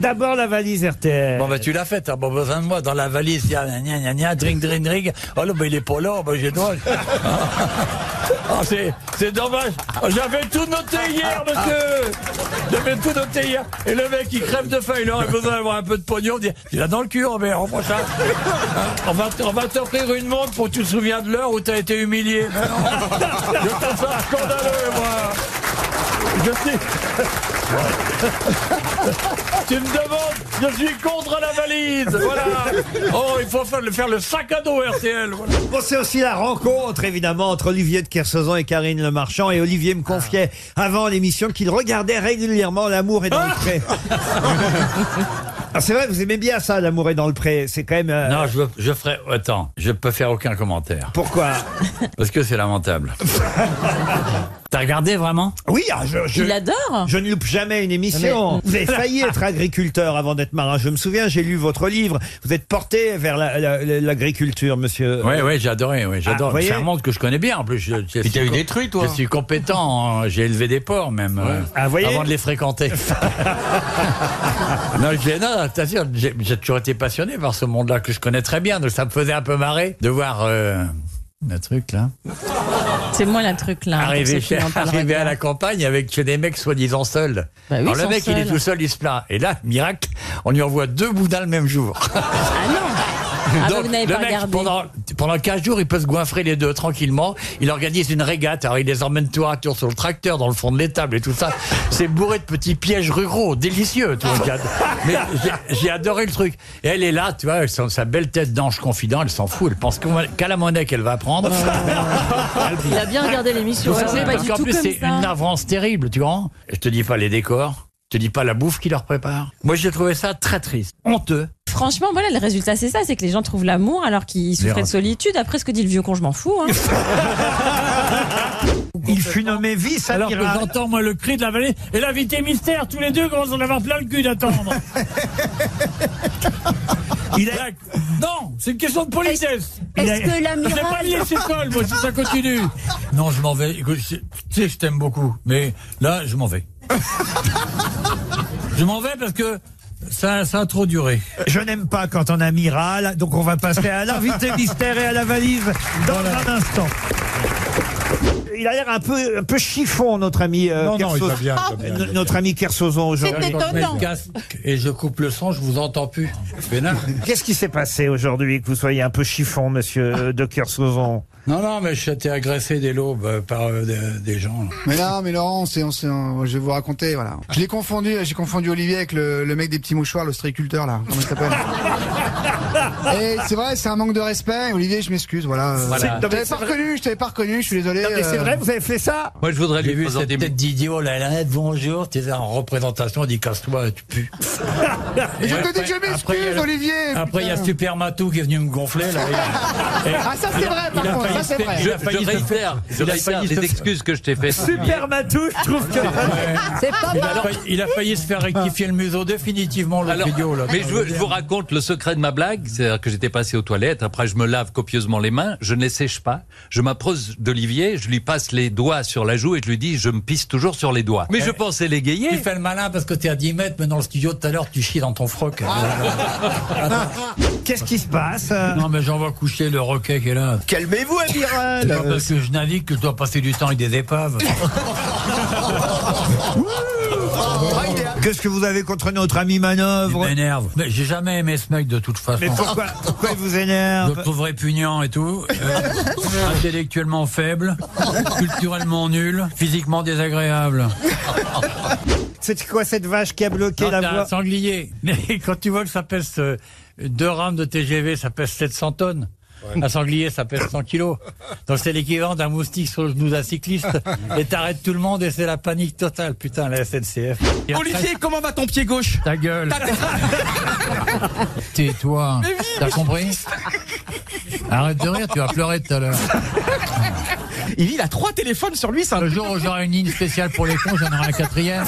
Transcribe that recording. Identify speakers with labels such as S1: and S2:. S1: D'abord la valise RTL.
S2: Bon, ben, tu l'as faite, t'as pas besoin de moi. Dans la valise, il y a gna, gna, gna, gna, drink, drink, drink. Oh là, ben, il est pas là, ben, j'ai drôle. Ah, c'est, c'est dommage. Oh, J'avais tout noté hier, monsieur. J'avais tout noté hier. Et le mec, il crève de faim, il aurait besoin d'avoir un peu de pognon. Il dit, Tu l'as dans le cul, Robert, en prochain. Hein, On va, t- on va t'offrir une montre pour que tu te souviens de l'heure où t'as été humilié. Mais non. Je trouve ça scandaleux, moi. Je suis. Tu me demandes, je suis contre la valise. Voilà. Oh, il faut faire le, faire le sac à dos RTL. voilà.
S1: Bon, c'est aussi la rencontre, évidemment, entre Olivier de Kersauzon et Karine Le Marchand. Et Olivier me confiait avant l'émission qu'il regardait régulièrement L'amour est dans le pré. Ah, c'est vrai, vous aimez bien ça, L'amour est dans le pré. C'est quand même. euh,
S2: Non, je, veux- je ferai. Attends, je peux faire aucun commentaire.
S1: Pourquoi
S2: Parce que c'est lamentable. T'as regardé vraiment
S1: Oui, ah, je, je,
S3: Il adore
S1: je ne loupe jamais une émission. Vous avez failli être agriculteur avant d'être marin. Je me souviens, j'ai lu votre livre. Vous êtes porté vers la- la- la- l'agriculture, monsieur.
S2: Oui, oui, j'ai adoré. Oui,
S1: Ah, vous
S2: j'adore.
S1: voyez
S2: c'est un monde que je connais bien en plus. Je, je suis
S4: Puis t'as eu
S2: co-
S4: des trucs, toi.
S2: Je suis compétent. hein. J'ai élevé des porcs même. euh,
S1: Ah, vous voyez
S2: avant de les fréquenter. non, je, non, t'assures, j'ai j'ai toujours été passionné par ce monde-là que je connais très bien. Donc ça me faisait un peu marrer de voir. euh, le truc là.
S3: C'est moi le truc là.
S2: Arriver,
S3: pour ceux qui n'en parleraient
S2: arriver à
S3: pas.
S2: la campagne avec que des mecs soi-disant seuls.
S3: Bah oui,
S2: Alors
S3: ils
S2: le
S3: sont
S2: mec, il est
S3: seuls.
S2: tout seul, il se plaint. Et là, miracle, on lui envoie deux boudins le même jour.
S3: Ah non Ah bah,
S2: Donc,
S3: vous n'avez
S2: le
S3: pas
S2: mec,
S3: regardé.
S2: pendant, pendant 15 jours, il peut se goinfrer les deux tranquillement. Il organise une régate. Alors, il les emmène tour à tour sur le tracteur, dans le fond de l'étable et tout ça. C'est bourré de petits pièges ruraux, délicieux. Tu vois, j'ai ad- Mais j'ai- j'ai adoré le truc. Et elle est là, tu vois, elle sent sa belle tête d'ange confident, elle s'en fout. Elle pense qu'on- qu'à la monnaie qu'elle va prendre.
S3: Il a bien regardé l'émission.
S2: Tout ça,
S3: C'est pas
S2: parce
S3: du
S2: qu'en
S3: tout
S2: plus,
S3: comme
S2: c'est
S3: ça.
S2: une avance terrible, tu vois. Je te dis pas les décors. Je te dis pas la bouffe qui leur prépare. Moi, j'ai trouvé ça très triste, honteux.
S3: Franchement, voilà, le résultat, c'est ça c'est que les gens trouvent l'amour alors qu'ils souffraient de
S2: rares.
S3: solitude. Après, ce que dit le vieux con, je m'en fous. hein.
S1: Il fut nommé vice
S2: Alors que j'entends moi le cri de la vallée et l'invité mystère, tous les deux commencent à en avoir plein le cul d'attendre. Il a... Non, c'est une question de politesse.
S1: Il a-
S5: Est-ce que
S2: Je vais pas
S5: l'amiral
S2: le laisser seul, moi, si ça continue. Non, je m'en vais. Écoute, je- tu sais que je t'aime beaucoup, mais là, je m'en vais. Je m'en vais parce que ça, ça a trop duré.
S1: Je n'aime pas quand on a Miral, donc on va passer à l'invité mystère et à la valise dans un instant. Il a l'air un peu, un peu chiffon, notre ami euh,
S6: Non, non, il
S1: Kersauzon.
S6: va bien, il va bien, il va
S1: N- Notre ami Kersozon aujourd'hui.
S2: Quand je mets le casque et je coupe le son, je vous entends plus. Pénard.
S1: Qu'est-ce qui s'est passé aujourd'hui que vous soyez un peu chiffon, monsieur euh, de Kersozon
S2: Non, non, mais j'ai été agressé dès l'aube euh, par euh, des, des gens. là.
S6: Mais là, mais Laurent, on s'est- on s'est- on- je vais vous raconter, voilà. Je l'ai confondu, j'ai confondu Olivier avec le, le mec des petits mouchoirs, l'ostréiculteur, là. Comment il s'appelle Et c'est vrai, c'est un manque de respect. Olivier, je m'excuse, voilà. euh,
S2: Voilà.
S6: Je t'avais pas reconnu, je t'avais pas reconnu, je suis désolé.
S1: Non, mais c'est
S6: euh,
S1: vrai, vous avez fait ça
S2: Moi, je voudrais lui poser des tête d'idiot, la lunette, bonjour, t'es là en représentation, on dit casse-toi, tu pues.
S6: mais je
S2: Ouais,
S6: te dis que je
S2: après- après, il y a
S6: m'excuse,
S2: le-
S6: Olivier.
S2: Après, il y a
S6: putain.
S2: Super Matou qui est venu me gonfler, là.
S6: Ah, ça, c'est vrai, par contre, ça, c'est vrai.
S2: Il a failli se faire. Il a failli se
S4: les excuses que je t'ai fait.
S1: Super Matou, je trouve que...
S2: il a failli- il a failli se faire rectifier le museau définitivement, le
S4: Alors,
S2: vidéo, là.
S4: mais je, veux- je vous raconte le secret de ma blague, c'est-à-dire que j'étais passé aux toilettes, après je me lave copieusement les mains, je ne les sèche pas, je m'approche d'Olivier, je lui passe les doigts sur la joue et je lui dis je me pisse toujours sur les doigts. Eh, Mais je pensais
S2: Tu
S4: l'égayer.
S2: fais le malin parce que t'es à 10 mètres, mais dans le studio tout à l'heure, tu chies dans ton froc.
S4: Ah.
S1: Qu'est-ce qui se passe euh
S2: Non, mais j'en vois coucher le roquet qui est là.
S7: Calmez-vous, amiral
S2: C'est pas parce que je navigue que je dois passer du temps avec des épaves.
S1: Qu'est-ce que vous avez contre notre ami
S2: Il
S1: Manœuvre
S2: m'énerve. Mais j'ai jamais aimé ce mec de toute façon.
S1: Mais pourquoi, pourquoi il vous
S2: Je
S1: énerve
S2: le trouve répugnant et tout. euh, intellectuellement faible, culturellement nul, physiquement désagréable.
S1: C'est quoi cette vache qui a bloqué
S2: Non,
S1: la
S2: t'as
S1: voie
S2: un sanglier. Mais quand tu vois que ça pèse euh, deux rames de TGV, ça pèse 700 tonnes. Un sanglier, ça pèse 100 kilos. Donc c'est l'équivalent d'un moustique sur le genou d'un cycliste. Et t'arrêtes tout le monde et c'est la panique totale. Putain, la SNCF. Et après,
S7: Olivier, comment va ton pied gauche
S2: Ta gueule. Tais-toi. T'as compris Arrête de rire, tu vas pleurer tout à l'heure.
S7: Il il a trois téléphones sur lui, ça.
S2: Le jour où j'aurai une ligne spéciale pour les cons, j'en aurai un quatrième.